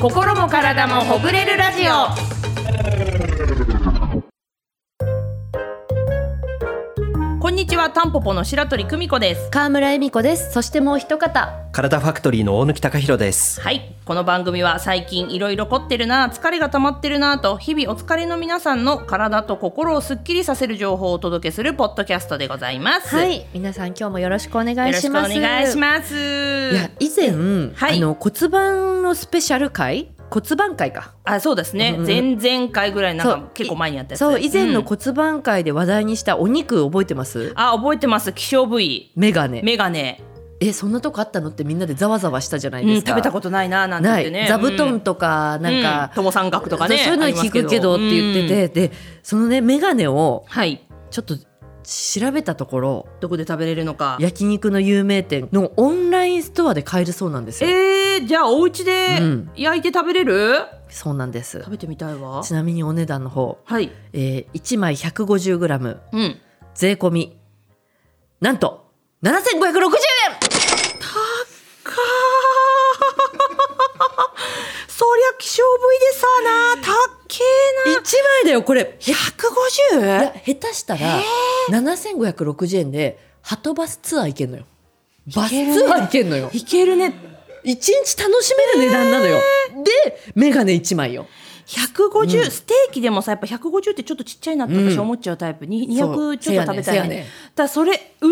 心も体もほぐれるラジオこんにちはタンポポの白鳥久美子です川村恵美子ですそしてもう一方体ファクトリーの大貫隆弘です。はいこの番組は最近いろいろ凝ってるな疲れが溜まってるなと日々お疲れの皆さんの体と心をすっきりさせる情報をお届けするポッドキャストでございますはよい皆さん今日もよろしくお願ろいしくしおます願いしまますいや以前、はいあの骨盤のスペシャル会骨盤会かあそうですね、うん前々回ぐらいなんそうか結構前にやったやつそう以前うのん骨盤会で話題にしたお肉覚えてます、あ覚えてます希少部位メガネメガネ、えそんなとこあったのってみんなでざわざわしたじゃなういでん、すか、食べたことないななんて言なってい、ね座布団ととか、なんか、友さん学とかねそうそういうのに聞くけどって言ってうんて、でそのねメガネをはいちょっと調べたところどこで食べれるのか焼肉の有名店のオンラインストアで買えるそうなんですよ。えー、じゃあお家でうん焼いて食べれる、そうなんです食べてみたいわちなみにお値段の方、はいえー、1枚 150g うん税込みなんと7560円そりゃ希少部位でさなたっけ1枚だよこれいーない150や下手したら7560円ではとバスツアー行けんのよバスツアー行けんのよいけるね一日楽しめる値段なのよ。で、メガネ一枚よ。 150、ステーキでもさやっぱ150ってちょっとちっちゃいなって私思っちゃうタイプ、にそう200ちょっと食べたいせやねんせやねねんだからそれうせ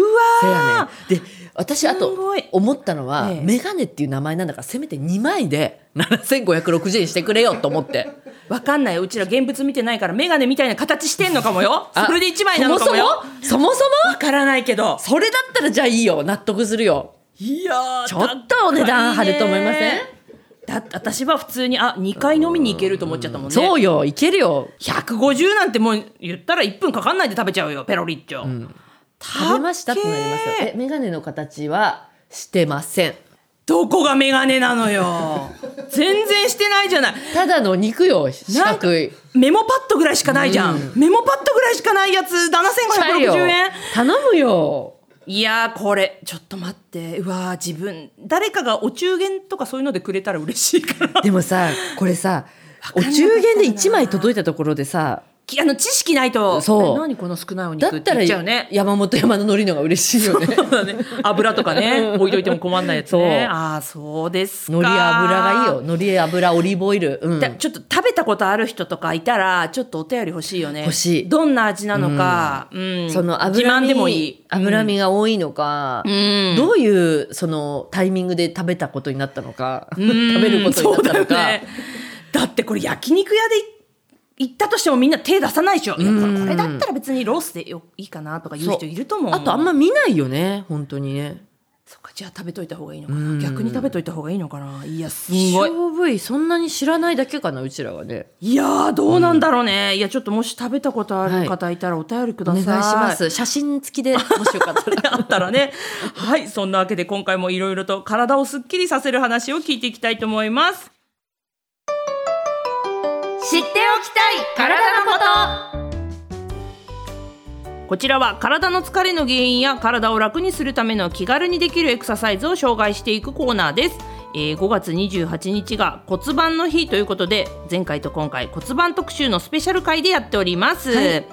わーやねん。で、私あとすごい思ったのは、ええメガネっていう名前なんだから、せめて2枚で7560円してくれよと思って。わかんないうちら現物見てないから眼鏡みたいな形してんのかもよあ それで1枚なのかもよそもそもそもそもわからないけどそれだったらじゃあいいよ。納得するよ。いやちょっとお値段張ると思いませんだ私は普通にあ2回飲みに行けると思っちゃったもんねそうよ、いけるよ。 150なんてもう言ったら1分かかんないで食べちゃうよペロリッチョ、食べましたってなりますよたっけ。え、メガネの形はしてません。どこが眼鏡なのよ 全然してないじゃないただの肉よ、四なんか角い。メモパッドぐらいしかないじゃん、メモパッドぐらいしかないやつちゃうよ7560円頼むよ。いやーこれちょっと待ってうわー自分誰かがお中元とかそういうのでくれたら嬉しいからでもさ、これさ、おんなかったな中元で1枚届いたところでさ、きあの知識ないとそうえ何この少ないお肉だっってた言らっちゃうね山本山の海苔のが嬉しいよね。そうだね油とか ね置いといても困んないやつねそうああそうですか海苔油がいいよ。海苔油オリーブオイル。うん。だちょっと食べたことある人とかいたらちょっとお便り欲しいよね欲しいどんな味なのか、うんその脂自慢身でもいい脂身が多いのか、んどういうそのタイミングで食べたことになったのか、うん食べることになったのそうだ,、か、ね、だってこれ焼肉屋で行ったとしてもみんな手出さないでしょ、いやこれだったら別にロースでよいいかなとか言う人いると思うあとあんま見ないよね本当にねそっかじゃあ食べといた方がいいのかな逆に食べといた方がいいのかないやすごい勝負いそんなに知らないだけかなうちらはねいやーどうなんだろうね、いやちょっともし食べたことある方いたらお便りくだおさ願い、いします写真付きでもしよ かったらあったらね。はい、そんなわけで今回もいろいろと体をすっきりさせる話を聞いていきたいと思います。知っておきたい体のことこちらは体の疲れの原因や体を楽にするための気軽にできるエクササイズを紹介していくコーナーです。えー5月28日が骨盤の日ということで前回と今回骨盤特集のスペシャル回でやっております。はい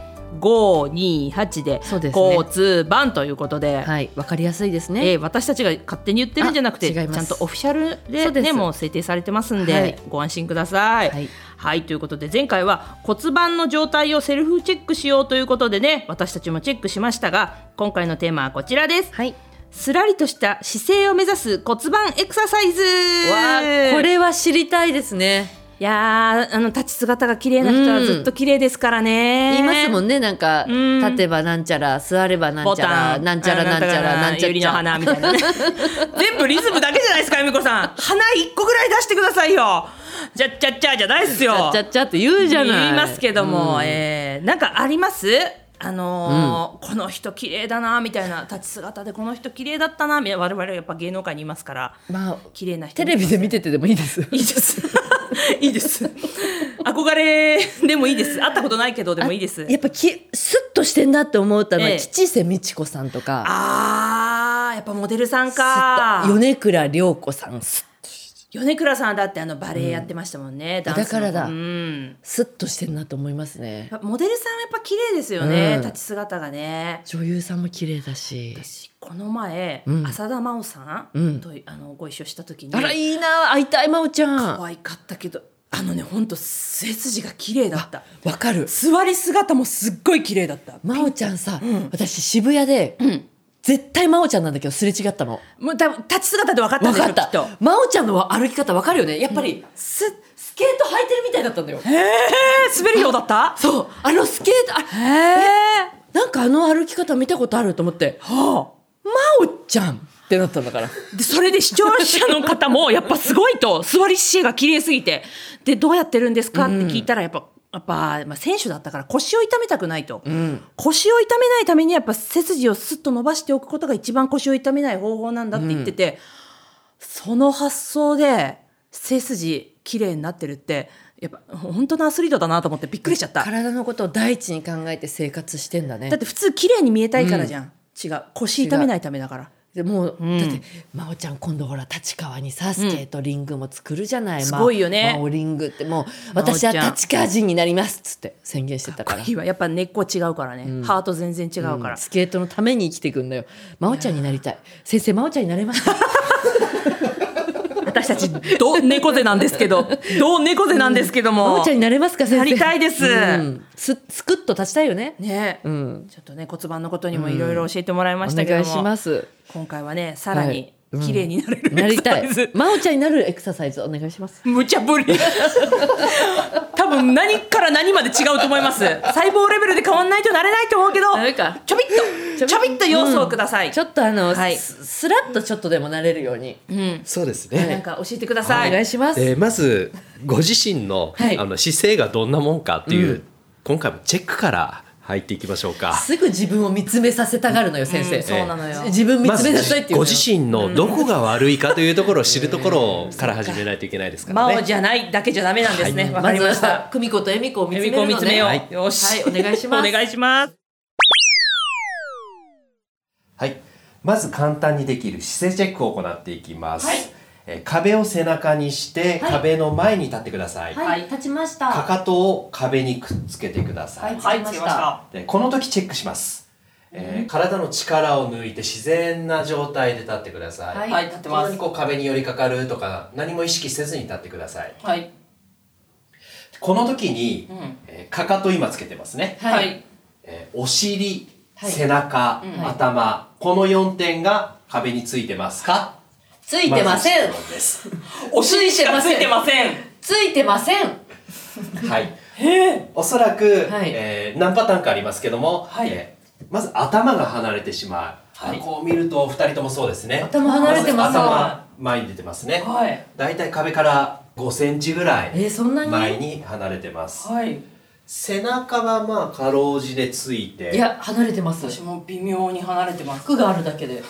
528でそうですね骨盤ということで、はい、わかりやすいですね。えー私たちが勝手に言ってるんじゃなくてあちゃ違いんますとオフィシャルそで,、うですね、もう制定されてますんで、はいご安心ください。ははいい、ということで前回は骨盤の状態をセルフチェックしようということでね私たちもチェックしましたが今回のテーマはこちらです。はい。すらりとした姿勢を目指す骨盤エクササイズわあ、これは知りたいですね。いやーあの立ち姿が綺麗な人はずっと綺麗ですからね。言いますもんね、なんか、うん立てばなんちゃら、座ればなんボちゃら、タンなんちゃらなんちゃら、なんちゃゆりのら。花みたい なね全部リズムだけじゃないですか由美子さん花一個ぐらい出してくださいよじゃっちゃっちゃじゃないっすよちゃっちゃっちゃって言うじゃない。言いますけども、うんえーなんかありますあのーこの人綺麗だなみたいな立ち姿でこの人綺麗だったなみたいな我々はやっぱ芸能界にいますからまあ、綺麗な人テレビで見ててでもいいです。いいです いいです憧れでもいいです会ったことないけどでもいいですやっぱき、スッとしてんなって思ったのは、ええ吉瀬美智子さんとか。あーやっぱモデルさんスッかと米倉涼子さん。スッと米倉さんだってあのバレエやってましたもんね、ダンスのだからだうん、スッとしてんなと思いますねやっぱモデルさんはやっぱ綺麗ですよね、うん立ち姿がね女優さんも綺麗だし私この前、うん浅田真央さうんんと、あのご一緒した時にあらいいな会いたい真央ちゃん可愛かったけどあのねほんと背筋が綺麗だったわかる座り姿もすっごい綺麗だった真央ちゃんさ、うん私渋谷で、ん絶対真央ちゃんなんだけどすれ違ったのもう多分立ち姿で分かったん分でしかょったきっと真央ちゃんの歩き方分かるよねやっぱり、ススケート履いてるみたいだったんだよえ滑るようだったそうあのスケートあへえなんかあの歩き方見たことあると思っては真央ちゃんってなったん だからあ、でそれで視聴者の方もやっぱすごい と座り姿勢が綺麗すぎてでどうやってるんですかって聞いたらやっぱ、やっぱまあ、選手だったから腰を痛めたくないと、腰を痛めないためにやっぱ背筋をスッと伸ばしておくことが一番腰を痛めない方法なんだって言ってて、その発想で背筋綺麗になってるってやっぱ本当のアスリートだなと思ってびっくりしちゃった。体のことを第一に考えて生活してんだねだって普通綺麗に見えたいからじゃん、違う腰痛めないためだからでもう、んだって真央ちゃん今度ほら立川にさスケートリングも作るじゃない、すごいよね真央リングってもう真央私ちゃはん立川人になりますっつって宣言してたからこ れはやっぱ根っこ違うからね、ハート全然違うから、スケートのために生きていくんだよ真央ちゃんになりたい先生真央ちゃんになれました私たちど猫背なんですけ どど猫背なんですけど真も、央ちゃんになれますか先生なりたいですうんすスクッと立ちたいよねね、うんちょっとね骨盤のことにもいろいろ教えてもらいまおしたけど願も、いします今回はねさらにはいうん綺麗になれる、なり たいエクササイズ真央ちゃんになるエクササイズお願いします無茶 ぶり多分何から何まで違うと思います細胞レベルで変わんないとなれないと思うけどダメかちょびっとちょびっと要素をください、ちょっとあの、はいすすらっとちょっとでもなれるように、そうですなんね。か教えてくだおさい、願いします、えーまずご自身の、はいあの姿勢がどんなもんかっていう、うん今回もチェックから入っていきましょうか。すぐ自分を見つめさせたがるのよ先生、うんそうなのよ、自分見まつずめなさいっていうのよご自身のどこが悪いかというところを知るところから始めないといけないですから魔王ね。じゃないだけじゃダメなんですね。はいわ、かりましずはた。久美子と恵美子を見エつめミるコのをね見つめよう。はいよし、はいお願いしますお願いします。はい。まず簡単にできる姿勢チェックを行っていきます。えー壁を背中にして、壁の前に立ってください。はい立ちましかた。かとを壁にくっつけてください。はいつけました。でこの時チェックします、えー体の力を抜いて自然な状態で立ってください、はいはい立ってますそんなにこう壁に寄りかかるとか何も意識せずに立ってくださいはい。この時に、んえーかかと今つけてますね、ははいい。えーお尻、背中、頭この4点が壁についてますかついてません、ず質問ですお尻しかついてません。ついてませんはい。おそらく、はいえー何パターンかありますけども、はいえーまず頭が離れてしまう。はいこう見ると二人ともそうですね。頭離れてますず頭前に出てますね。はい。だいたい壁から5センチぐらえいー、そんなに前に離れてます。はい。背中はまあかろうじでついて。いや離れてます私も微妙に離れてます。服があるだけで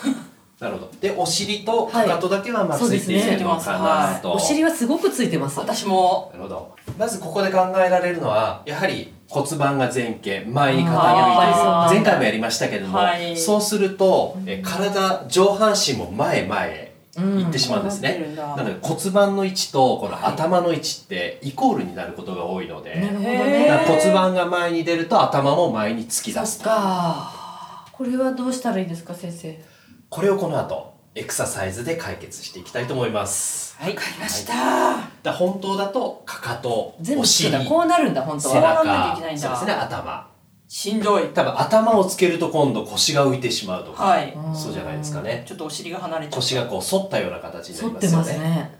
なるほど。でお尻とはかいかとだけはまあそうつでいすてねいるのかなと。お尻はすごくついてます私も。なるほど。まずここで考えられるのは、やはり骨盤が前傾、前にあー傾いて、前回もやりましたけれども、はいそうすると、え体、上半身も前前へ行ってしまうんですうんねこうなってるん。だなので骨盤の位置とこの頭の位置ってイコールになることが多いのなるで、ほどへねだから骨盤が前に出ると頭も前に突き出すそっ。かこれはどうしたらいいですか、先生。これをこの後、エクササイズで解決していきたいと思います。はい。わかりました。だから本当だと、かかと、全お部つく尻、んだこうなるんだ本当背はこうならなきゃいけな中、そういでんだすね、頭。しんどい。多分頭をつけると今度腰が浮いてしまうとか、はい。そうじゃないですかねちょっとお尻が離れちゃう。腰がこう反ったような形にな反っりまてすよますねね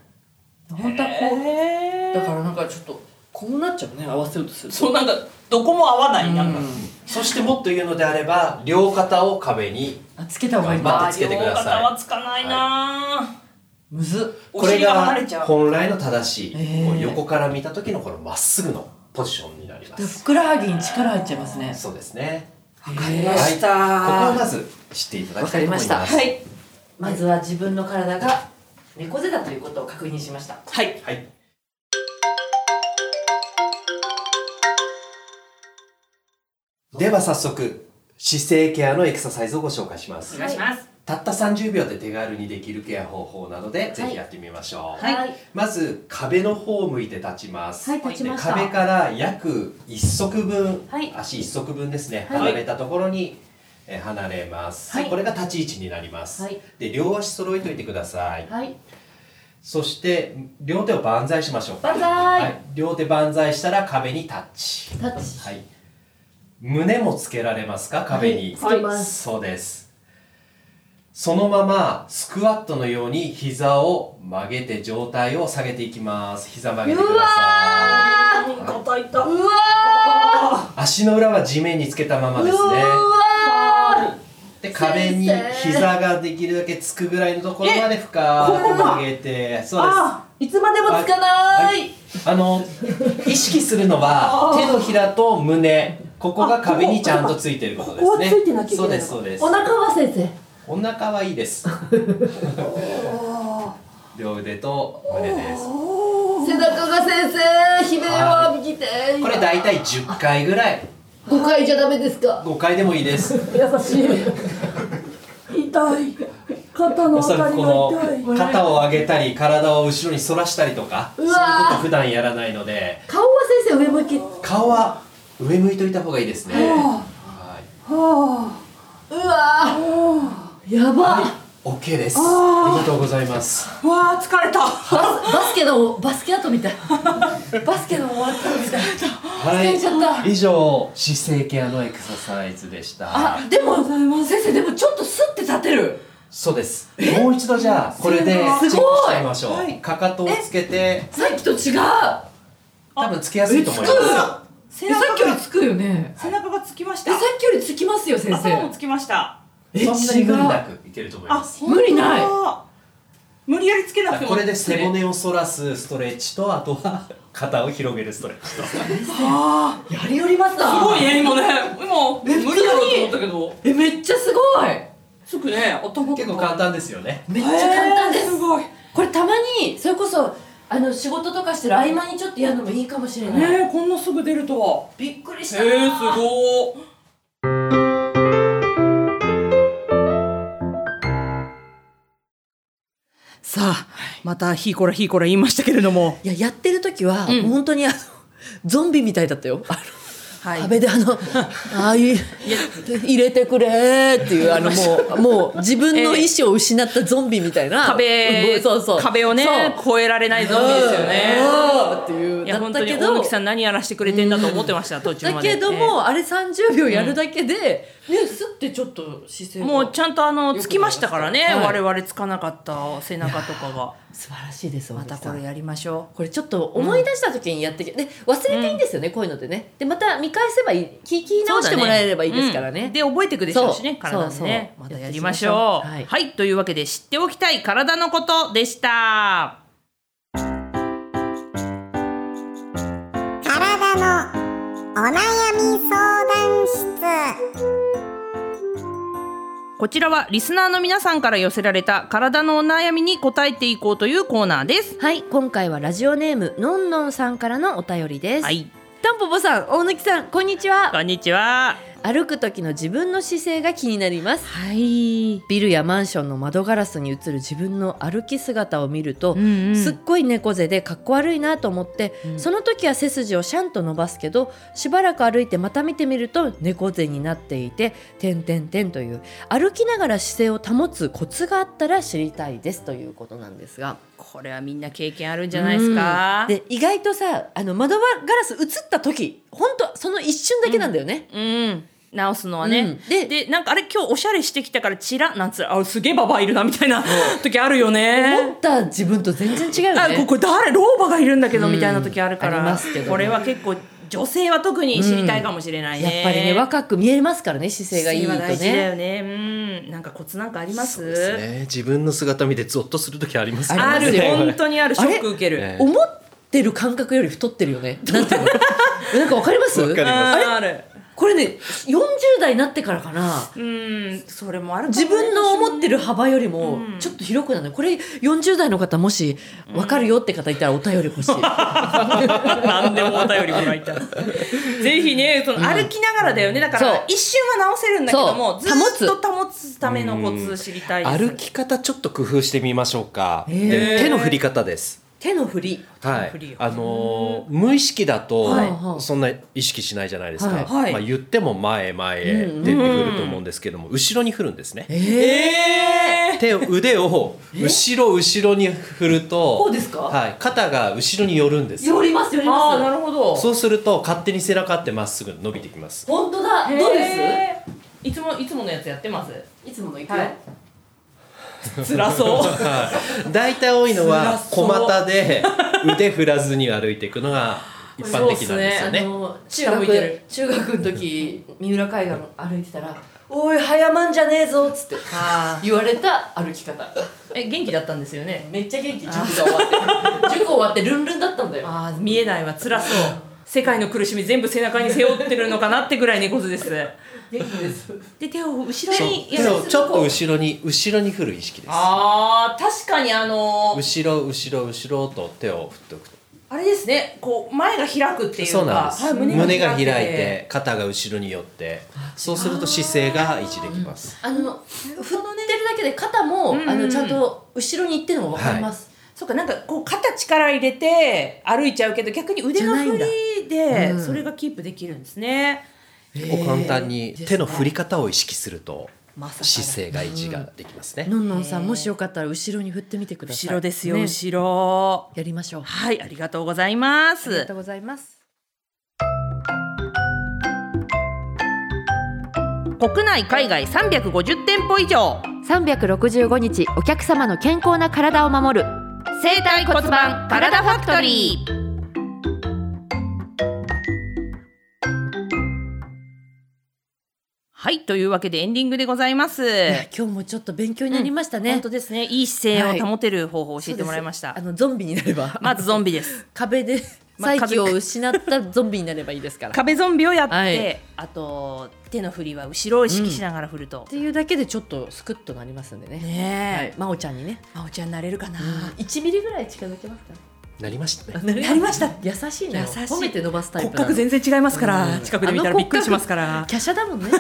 本当はこうへだからなんかちょっとこうなっちゃうね合わせようとするとそうなんかどこも合わないなんか。そしてもっと言うのであれば両肩を壁にあつけた方がいいん頑張だっつけてくださいあー両肩はつかないなぁ。むずっおこれ尻が離がれちゃう。本来の正しい、えーこう横から見た時のこのまっすぐのポジションになりまですふくらはぎに力入っちゃいますねそうですねわかりました。はい、ここをまず知っていただきたいわかと思いまりましすたはい。まずは自分の体が猫背だということを確認しましたはい。はい、では早速姿勢ケアのエクササイズをご紹介しまおす願いします。たった30秒で手軽にできるケア方法などで、ぜひやってみましょう、はいはいまず壁の方を向いて立ちます、はい立ちましたで壁から約1足分、はい足1足分ですね、はい離れたところにえー離れます、はいこれが立ち位置になります、はいで両足揃えておいてください、はいそして両手を万歳しましょう万歳はい、両手万歳したら壁にタッチタッチはい、胸もつけられますか壁はに、いつけますそうですそのままスクワットのように膝を曲げて上体を下げていきます膝曲げてくださ答えた。うわい足の裏は地面につけたままーですねうわで壁に先生膝ができるだけつくぐらいのところまで深く曲げてそうですあいつまでもつかなはいいあの意識するのは手のひらと胸ここが壁にちゃんとついてることですねここはついてなきゃいけないそうですそうですお腹は先生お腹はいいです 両腕と胸です背中が先生悲鳴を浴びきてこれ大体10回ぐらい誤解じゃダメですか5回でもいいです優しい痛い肩のおそ辺らくりこのが痛い肩を上げたり体を後ろに反らしたりとかそうういうわこーと普段やらないので顔は先生上向き顔は上向いといた方がいいですねはいはうわーやばはい OK ですありがとうございますあわあ疲れたバスバスケのバスケ後み たいバスケの終わった後みたいはい疲れちゃった以上姿勢ケアのエクササイズでしたあでも先生でもちょっとスッて立てるそうですもう一度じゃあこれでチェックしちゃいましょう、かかとをつけてさっきと違う多分つけやすいと思います背えさっきより中つくよね背中がつきましえたさっきよりつきますよ先頭も生つきましたそんなに無理なくいけると思います無理ないあ無理やりつけなだかくてらもこれで背骨を反らすストレッチとあとは肩を広げるストレッチとやりよりますなすごいね今ね今無理だろうと思ったけどえめっちゃすごいつくね頭結構簡単ですよねめっちゃ簡単ですすごいこれたまにそれこそあの仕事とかしてる合間にちょっとやるのもいいかもしれない、ねえこんなすぐ出るとはびっくりしえたなー、すごーさあ、またひいこらひいこら言いましたけれども、いややってる時は、うん本当にあのゾンビみたいだったよ。あのは壁であ の「ああいう入れてくれ」っていうあのもうもう自分の意思を失ったゾンビみたいな壁、うんそうそう壁をねそう越えられないゾンビですよね。うんっていういやだっ本当たにけ大貫どさん何やらしてくれてんだと思ってました途中だまで。けども、あれ30秒やるだけで、ねすってちょっと姿勢ええがもうちゃんとあのつきましたからね、は我い々つかなかった背中とかが素晴らしいですまたこれやりましょこれちょっと思い出した時にやってきて、で忘れていいんですよね、こういうのでねでまた見返せばいい聞きう。直してもらえればいいですそかうだらねうんねで覚えてくでしょうしねそう体でねそうそうまたやりましょう。やっていきましょうは、はいいというわけで知っておきたい体のことでした。体のお悩み相談室こちらはリスナーの皆さんから寄せられた体のお悩みに答えていこうというコーナーです。はい今回はラジオネームのんのんさんからのお便りです、はい、たんぽぽさん大貫さんこんにちはこんにちは。歩く時の自分の姿勢が気になりますはい。ビルやマンションの窓ガラスに映る自分の歩き姿を見ると、うんうんすっごい猫背でかっこ悪いなと思って、うんその時は背筋をシャンと伸ばすけどしばらく歩いてまた見てみると猫背になっていて「てんてんてん」という歩きながら姿勢を保つコツがあったら知りたいですということなんですが。これはみんな経験あるんじゃないですか。で意外とさあの窓ガラス映った時本当その一瞬だけなんだよね。うん。直すのはね、うんででなんかあれ今日おしゃれしてきたからチラなんつうあすげえババアいるなみたいな時あるよ思ね。った自分と全然違うよあね。ここれ誰老婆がいるんだけどみたいな時あるから、うんありますけどねこれは結構女性は特に知りたいかもしれないね。やっぱりね若く見えますからね姿勢がいいと姿勢は大事だね。よね。うん。なんかコツなんかあります？ね自分の姿見てゾッとする時ありますよねあありるますよ本当にあるシあョれック受ける。ね 思ってる感覚より太ってるよね。なんていうのなんかわかりますわかりますあるある。これね40代になってからかなうんそれもあるかもね自分の思ってる幅よりもうんちょっと広くなるのこれ40代の方もし分かるよって方いたらお便り欲しい何でもお便りもらいたい。ぜひね、その歩きながらだよね。だかそうら一瞬は直せるんだけども、ずそう保つっと保つためのコツ知りたいです。歩き方ちょっと工夫してみましょうか、へー手の振り方です手の振りは手の振りい、あのー無意識だと、はいそんな意識しないじゃないですか、はいはいまあ、言っても前へ前へってうん振ると思うんですけども、後ろに振るんですねえ手を腕を後ろ後ろに振るとこうですかはい、肩が後ろに寄るんです寄ります寄りー、ああまなするほど。。そうすると勝手に背中ってまっすぐ伸びてきます本当だどうですいつもいつものやつやってます。すいつもの行くはよい辛そう。はい大体多いのは辛そ小う股で腕振らずに歩いていくのが一般的なんですよねあの中下向いてる学中学の時三浦海岸歩いてたら「おい早まんじゃねえぞ」っつってあ言われた歩き方ーえ元気だったんですよね。めっちゃ元気塾が終わ って塾終わってルンルンだったんだよああ見えないわ辛そう。世界の苦しみ全部背中に背負ってるのかなってぐらい猫背です。元気ですで手を後ろに手をちょっと後ろに後ろに振る意識ですああ確かにあのー後ろ後ろ後ろと手を振っておくとあれですねこう前が開くっていうかそうなんです、はい胸が開いてて肩が後ろに寄ってそうすると姿勢が維持できますあの振ってるだけで肩もうんうんあのちゃんと後ろに行ってるのが分かりますそうかなんかこう肩力入れて歩いちゃうけど逆に腕の振りでうんそれがキープできるんですね、結構簡単に手の振り方を意識するとまさか姿勢が維持ができますねのんのんさんもしよかったら後ろに振ってみてください後ろですよ、ね後ろやりましょうあはいありがとうございまりがすとうございます国内海外350店舗以上365日お客様の健康な体を守る生体骨盤体ファクトリーはいというわけでエンディングでございますいや今日もちょっと勉強になりましたね、本当ですねいい姿勢を保てる方法を教えてもらいました、あのゾンビになれ ばまずゾンビです壁でまあ再起を失ったゾンビになればいいですから。っ壁ゾンビをやって、はいあと手の振りは後ろを意識しながら振ると、ていうだけでちょっとスクッとなりますんでね。ねえ、はい、真央ちゃんにね、まおちゃんなれるかな、 1ミリぐらい近づけますか。なりましたね なりました優しいのよ。優しい褒めて伸ばすタイ骨プなの。格全然違いますから、うん近くで見たあらのびっくりしますから華奢だもんね。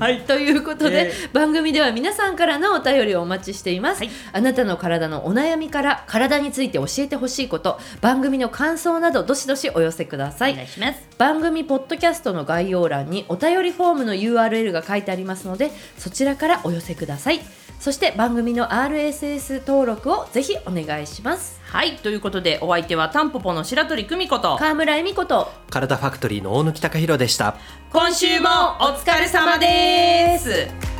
はいということで、え番組では皆さんからのお便りをお待ちしています、はいあなたの体のお悩みから体について教えてほしいこと番組の感想などどしどしお寄せくださいお願いします番組ポッドキャストの概要欄にお便りフォームの URL が書いてありますのでそちらからお寄せくださいそして番組の RSS 登録をぜひお願いしますはいということでお相手はタンポポの白鳥久美子と川村恵美子と体ファクトリーの大貫貴弘でした今週もお疲れ様です